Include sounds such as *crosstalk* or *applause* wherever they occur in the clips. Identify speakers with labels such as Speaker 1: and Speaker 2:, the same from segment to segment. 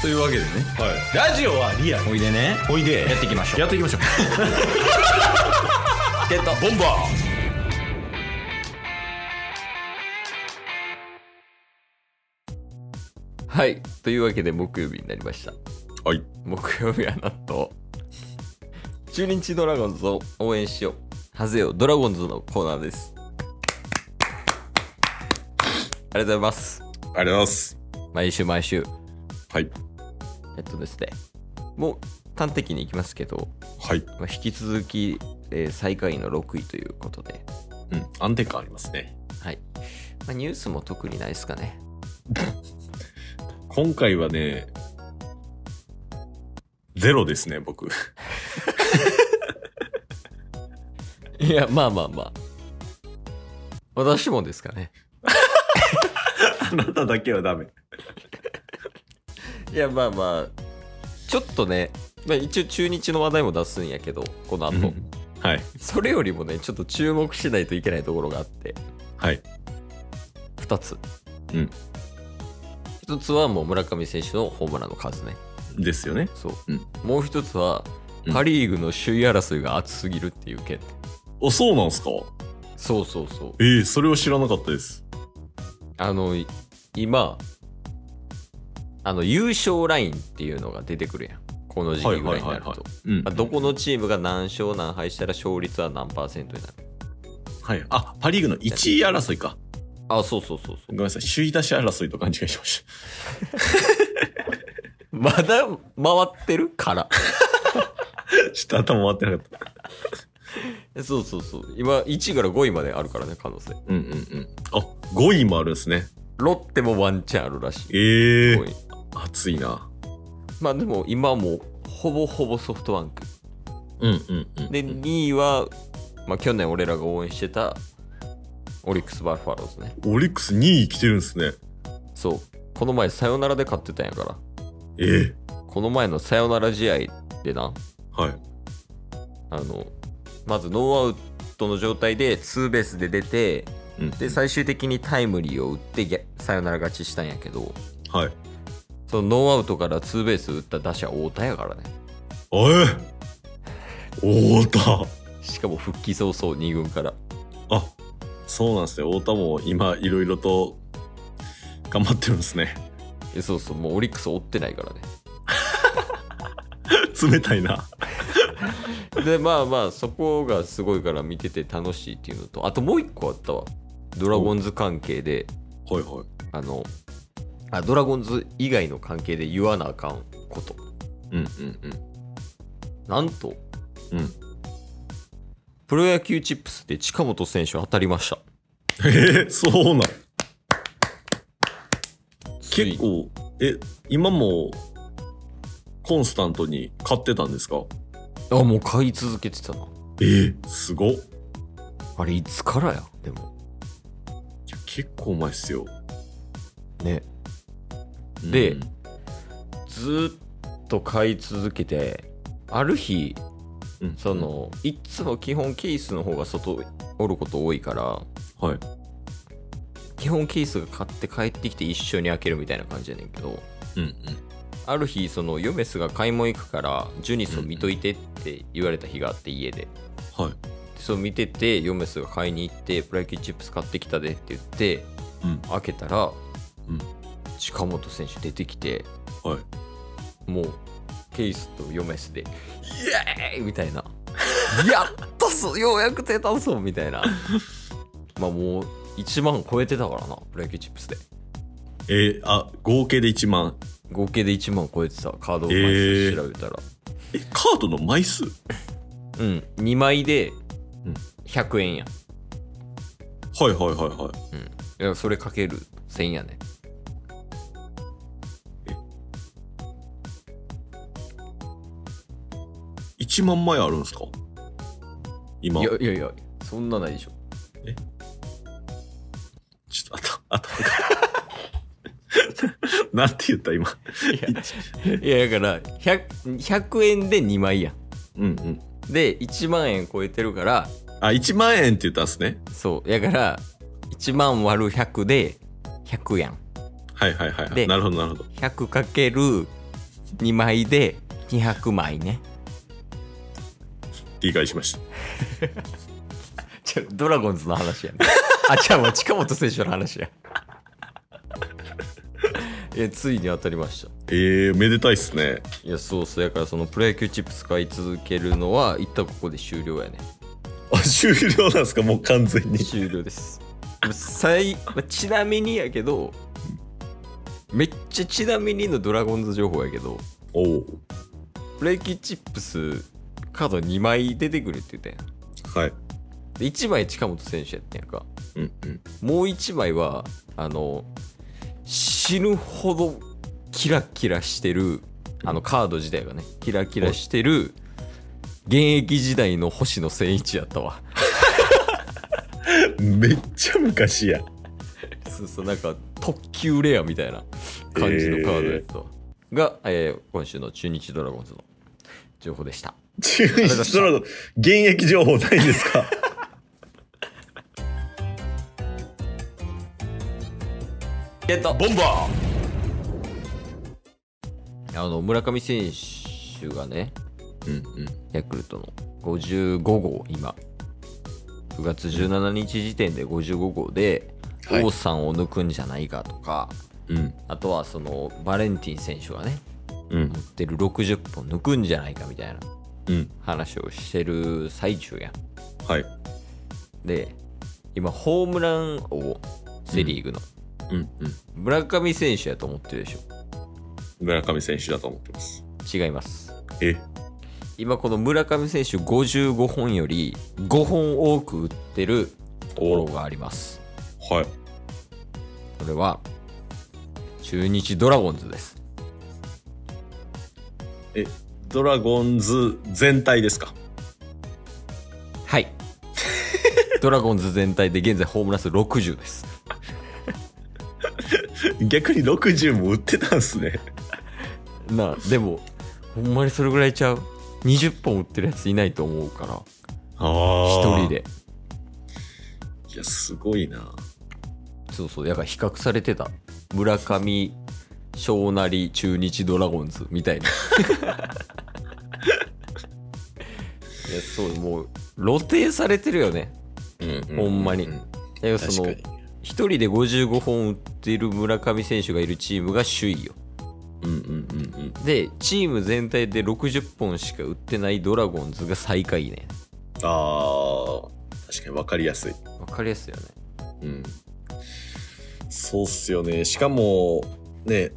Speaker 1: というわけでね
Speaker 2: はい、ラジオはリアル
Speaker 1: おいでね
Speaker 2: おいで
Speaker 1: やっていきましょう
Speaker 2: やっていきましょう
Speaker 1: ゲット
Speaker 2: ボンバ
Speaker 1: はいというわけで木曜日になりました
Speaker 2: ーはい
Speaker 1: 木曜日はなんと中日ドラゴンズを応援しようハゼよドラゴンズのコーナーですありがとうございます
Speaker 2: ありがとうございます
Speaker 1: 毎週毎週
Speaker 2: はい
Speaker 1: えっとですねもう端的にいきますけど、
Speaker 2: はい、
Speaker 1: まあ、引き続き、えー最下位の6位ということで、
Speaker 2: うん、安定感ありますね
Speaker 1: はいまあ、ニュースも特にないですかね
Speaker 2: 今回はねゼロですね僕
Speaker 1: いやまあまあまあ私もですかね
Speaker 2: *laughs* あなただけはダメ
Speaker 1: いやまあまあちょっとね、まあ、一応中日の話題も出すんやけどこの
Speaker 2: あ
Speaker 1: 後
Speaker 2: はい
Speaker 1: それよりもねちょっと注目しないといけないところがあって
Speaker 2: はい
Speaker 1: 2つ
Speaker 2: うん
Speaker 1: 1つはもう村上選手のホームランの数ね
Speaker 2: ですよね
Speaker 1: そう、
Speaker 2: うん
Speaker 1: もう1つは
Speaker 2: うん
Speaker 1: パ・リーグの首位争いが熱すぎるっていう件、
Speaker 2: おそうなんすか
Speaker 1: そうそうそう
Speaker 2: ええそれは知らなかったです
Speaker 1: あのい今あの優勝ラインっていうのが出てくるやんこの時期ぐらいになると、
Speaker 2: うん
Speaker 1: まあどこのチームが何勝何敗したら勝率は何パーセントになる
Speaker 2: はいあパ・リーグの1位争いか
Speaker 1: あそうそうそうそ
Speaker 2: ご
Speaker 1: う
Speaker 2: めんなさい首位出し争いと勘違いしまし
Speaker 1: まだ回ってるから
Speaker 2: た *laughs* ちょっと頭回ってなかった
Speaker 1: そうそうそう今1位から5位まであるからね可能性
Speaker 2: うんうんうんあ5位もあるんですね
Speaker 1: ロッテもワンチャンあるらしい
Speaker 2: ええ
Speaker 1: 5位
Speaker 2: 熱いな
Speaker 1: まあでも今はもうほぼほぼソフトバンク
Speaker 2: うんうんうん
Speaker 1: で2位は、まあ、去年俺らが応援してたオリックス・バファローズね
Speaker 2: オリックス2位来てるんですね。
Speaker 1: そうこの前サヨナラで勝ってたんやから
Speaker 2: ええ
Speaker 1: この前のサヨナラ試合でな
Speaker 2: はい。
Speaker 1: あのまずノーアウトの状態でツーベースで出て
Speaker 2: うん、
Speaker 1: で最終的にタイムリーを打ってぎゃサヨナラ勝ちしたんやけど
Speaker 2: はい。
Speaker 1: そのノーアウトからツーベース打った打者太田やからね
Speaker 2: おえ太田
Speaker 1: しかも復帰早々2軍から
Speaker 2: あそうなんですね。太田も今、いろいろと頑張ってるんですね。 *laughs*
Speaker 1: えそうそうもうオリックス追ってないからね
Speaker 2: 冷たいな。
Speaker 1: でまあまあそこがすごいから見てて楽しいっていうのとあともう一個あったわドラゴンズ関係で
Speaker 2: はいは
Speaker 1: あのあドラゴンズ以外の関係で言わなあかんこと
Speaker 2: い。うんうんうん。
Speaker 1: なんと
Speaker 2: うん
Speaker 1: プロ野球チップスで近本選手当たりました
Speaker 2: ええそうなん。
Speaker 1: つい
Speaker 2: 結構、え、今も、コンスタントに買ってたんですか
Speaker 1: あもう買い続けてたな
Speaker 2: ええすごっ。い
Speaker 1: あれいつからやでも
Speaker 2: や結構前っすよ。
Speaker 1: ねでずーっと買い続けてある日
Speaker 2: うん、うん
Speaker 1: そ、のいっつも基本ケースの方が外おること多いから
Speaker 2: はい。
Speaker 1: 基本ケースが買って帰ってきて一緒に開けるみたいな感じやねんけど
Speaker 2: うんうん。
Speaker 1: ある日そのヨメスが買い物行くからジュニスを見といてって言われた日があって家で
Speaker 2: はい。
Speaker 1: でそう見ててヨメスが買いに行ってプロ野球チップス買ってきたでって言って
Speaker 2: うん。
Speaker 1: 開けたら、
Speaker 2: うん
Speaker 1: 近本選手出てきて
Speaker 2: はい。
Speaker 1: もうケイスとヨメスで「イエーイ!」みたい
Speaker 2: *laughs*
Speaker 1: な「やったぞようやく出たぞ!」みたいなまあもう1万超えてたからなプロ野球チップスで
Speaker 2: えーあ、合計で1万。
Speaker 1: 合計で1万超えてたカード枚数調べたら、
Speaker 2: え、カードの枚数は
Speaker 1: うん2枚で
Speaker 2: うん
Speaker 1: 100円や,、
Speaker 2: いはいはいはい。
Speaker 1: うん、いやそれかける1000やね
Speaker 2: 1万枚あるんですか今。
Speaker 1: い
Speaker 2: ち
Speaker 1: や
Speaker 2: ょっ
Speaker 1: いやいやそんなないでしょ
Speaker 2: と、あと、あと。なんて言った今。
Speaker 1: *laughs*
Speaker 2: *laughs*
Speaker 1: いやだから 100, 100円で2枚や
Speaker 2: うんうん。
Speaker 1: で1万円超えてるから
Speaker 2: あ、1万円って言ったんですね。
Speaker 1: そうやから1万割る100で100やん
Speaker 2: はいはいはいは
Speaker 1: で
Speaker 2: い。なるほどなるほど。
Speaker 1: 100かける2枚で200枚ね
Speaker 2: 理解しました。
Speaker 1: ちょドラゴンズの話やね *laughs* あじゃあもう近本選手の話やいやついに当たりました
Speaker 2: えー、めでたいっすね。
Speaker 1: いやそうそうやからそのプロ野球チップ使い続けるのは一旦ここで終了やね
Speaker 2: あ、終了なんですかもう完全に。
Speaker 1: 終了です最まあちなみにやけどめっちゃちなみにのドラゴンズ情報やけど
Speaker 2: おお。
Speaker 1: プレイキチップスカード2枚出てくるって言ったやん
Speaker 2: はい。
Speaker 1: で1枚近本選手やったんやんか
Speaker 2: うんうん。
Speaker 1: もう1枚はあの死ぬほどキラキラしてるあのカード自体がねキラキラしてる現役時代の星野千一やったわ *laughs*
Speaker 2: めっちゃ昔や。
Speaker 1: そうそうなんか特急レアみたいな感じのカードやったわ、が、えー今週の中日ドラゴンズの情報でした
Speaker 2: 中日ドラゴン、現役情報ないんです
Speaker 1: *laughs*
Speaker 2: か
Speaker 1: ゲット
Speaker 2: ボンバ
Speaker 1: あの村上選手がね
Speaker 2: ーうんうん。
Speaker 1: ヤクルトの55号今9月17日時点で55号で
Speaker 2: はい
Speaker 1: 王さんを抜くんじゃないかとか、
Speaker 2: うん。
Speaker 1: あとはそのバレンティン選手がね
Speaker 2: うん
Speaker 1: 持。ってる60本抜くんじゃないかみたいな
Speaker 2: うん。
Speaker 1: 話をしてる最中やん
Speaker 2: はい。
Speaker 1: で今ホームラン王セ・リーグの、
Speaker 2: うんうん。
Speaker 1: 村上選手やと思ってるでし
Speaker 2: 村上選手だと思ってます。
Speaker 1: ょ違います
Speaker 2: え
Speaker 1: 今この村上選手55本より5本多く打ってるところがあります
Speaker 2: はい。
Speaker 1: それは中日ドラゴンズです
Speaker 2: え、ドラゴンズ全体ですか *laughs*
Speaker 1: はい *laughs* ドラゴンズ全体で現在ホームラン数60です
Speaker 2: 逆に60も売ってたんすね。
Speaker 1: なあでもほんまにそれぐらいちゃう20本打ってるやついないと思うから
Speaker 2: ああ。
Speaker 1: 1人。で
Speaker 2: いや、すごいな。
Speaker 1: そうそうやから比較されてた村上小なり中日ドラゴンズみ *laughs* たいないやそうもう露呈されてるよね
Speaker 2: うんう
Speaker 1: ほんまに
Speaker 2: う
Speaker 1: いや
Speaker 2: 確
Speaker 1: そ
Speaker 2: か
Speaker 1: の
Speaker 2: に。
Speaker 1: 一人で55本打っている村上選手がいるチームが首位よ
Speaker 2: うんうんうんうん。
Speaker 1: でチーム全体で60本しか打ってないドラゴンズが最下位ね
Speaker 2: ああ、確かに分かりやすい。
Speaker 1: わかりやすいよね
Speaker 2: うん。そうっすよね。しかも、ね、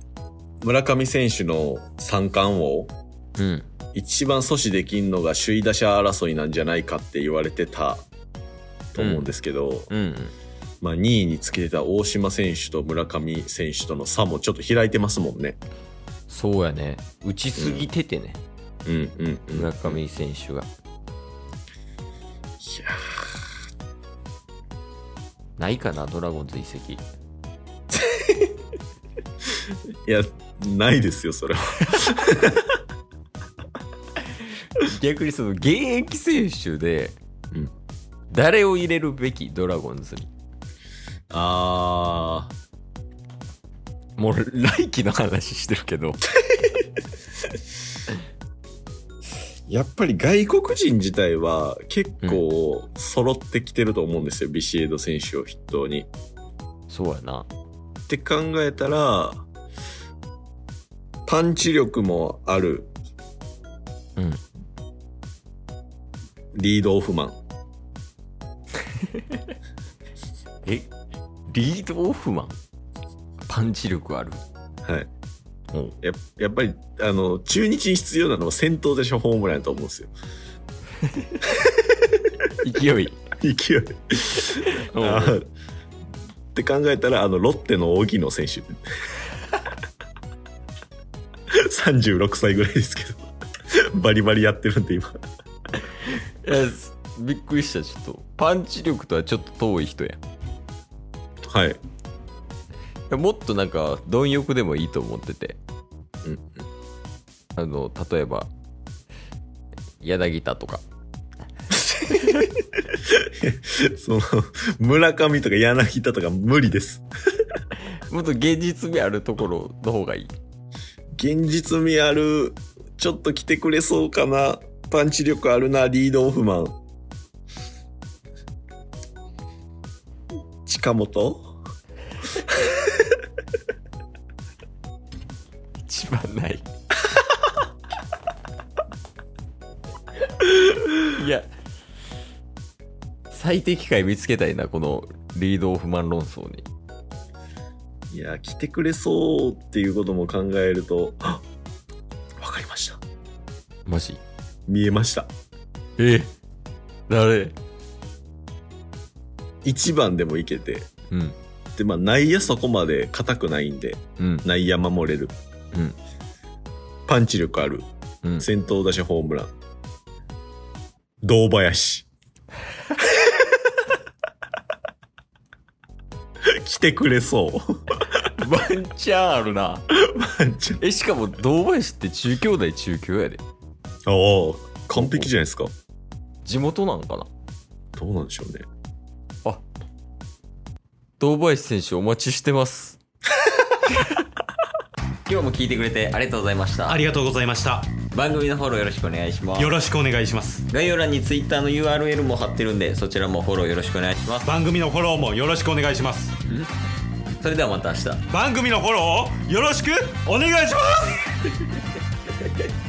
Speaker 2: 村上選手の三冠王、
Speaker 1: うん
Speaker 2: 一番阻止できんのが首位打者争いなんじゃないかって言われてたと思うんですけど、
Speaker 1: うん
Speaker 2: まあ2位につけてた大島選手と村上選手との差もちょっと開いてますもんね。
Speaker 1: そうやね打ちすぎててね、
Speaker 2: うんうんうん。いや
Speaker 1: 村上選手がないかなドラゴンズ移籍
Speaker 2: ーいや、ないですよ、それは。
Speaker 1: 逆にその現役選手で
Speaker 2: うん
Speaker 1: 誰を入れるべきドラゴンズに
Speaker 2: あ
Speaker 1: もう来季の話してるけど
Speaker 2: ーやっぱり外国人自体は結構揃ってきてると思うんですよ、ビシエド選手を筆頭に。
Speaker 1: そうやな
Speaker 2: って考えたら、パンチ力もある
Speaker 1: うん
Speaker 2: リードオフマン。
Speaker 1: えリードオフマンパンチ力ある
Speaker 2: はい。
Speaker 1: うん
Speaker 2: ややっぱり、あの、中日に必要なのは先頭でしょ、ホームランやと思うんですよ。
Speaker 1: 勢い
Speaker 2: *laughs* 勢い。 *laughs* あ
Speaker 1: うん
Speaker 2: ーって考えたら、あの、ロッテの荻野 *laughs* 選手。36歳ぐらいですけど。 *laughs* バリバリやってるんで、今。
Speaker 1: いやすびっくりしたちょっとパンチ力とはちょっと遠い人やい
Speaker 2: はい。
Speaker 1: やもっとなんか貪欲でもいいと思ってて
Speaker 2: うんうん
Speaker 1: あの例えば柳田とか
Speaker 2: その、村上とか柳田とか無理です。
Speaker 1: もっと現実味あるところの方がいい
Speaker 2: 現実味ある、ちょっと来てくれそうかな、パンチ力あるな、リードオフマン。近本
Speaker 1: 一番ない *laughs* いや最適解見つけたいなこのリードオフマン論争に
Speaker 2: いや、来てくれそうっていうことも考えると、あわかりました。
Speaker 1: マジ
Speaker 2: 見えました。
Speaker 1: え誰
Speaker 2: 1番でもいけて。
Speaker 1: うん
Speaker 2: で、まあ、内野そこまで硬くないんで、
Speaker 1: うん
Speaker 2: 内野守れる。
Speaker 1: うん
Speaker 2: パンチ力ある。
Speaker 1: うん
Speaker 2: 先頭打者ホームラン。堂林。 *laughs* 来てくれそう。
Speaker 1: *laughs* ワンチャンあるな
Speaker 2: パンチ
Speaker 1: えしかも堂林って中京大中京やで
Speaker 2: おお完璧じゃないですか。
Speaker 1: 地元なんかな
Speaker 2: どうなんでしょうね。
Speaker 1: 堂林選手お待ちしてます *laughs* 今日も聞いてくれてありがとうございました
Speaker 3: ありがとうございました
Speaker 1: 番組のフォローよろしくお願いします
Speaker 3: よろしくお願いします
Speaker 1: 概要欄に Twitter の URL も貼ってるんでそちらもフォローよろしくお願いします
Speaker 3: 番組のフォローもよろしくお願いします
Speaker 1: それではまた明日
Speaker 3: 番組のフォローをよろしくお願いします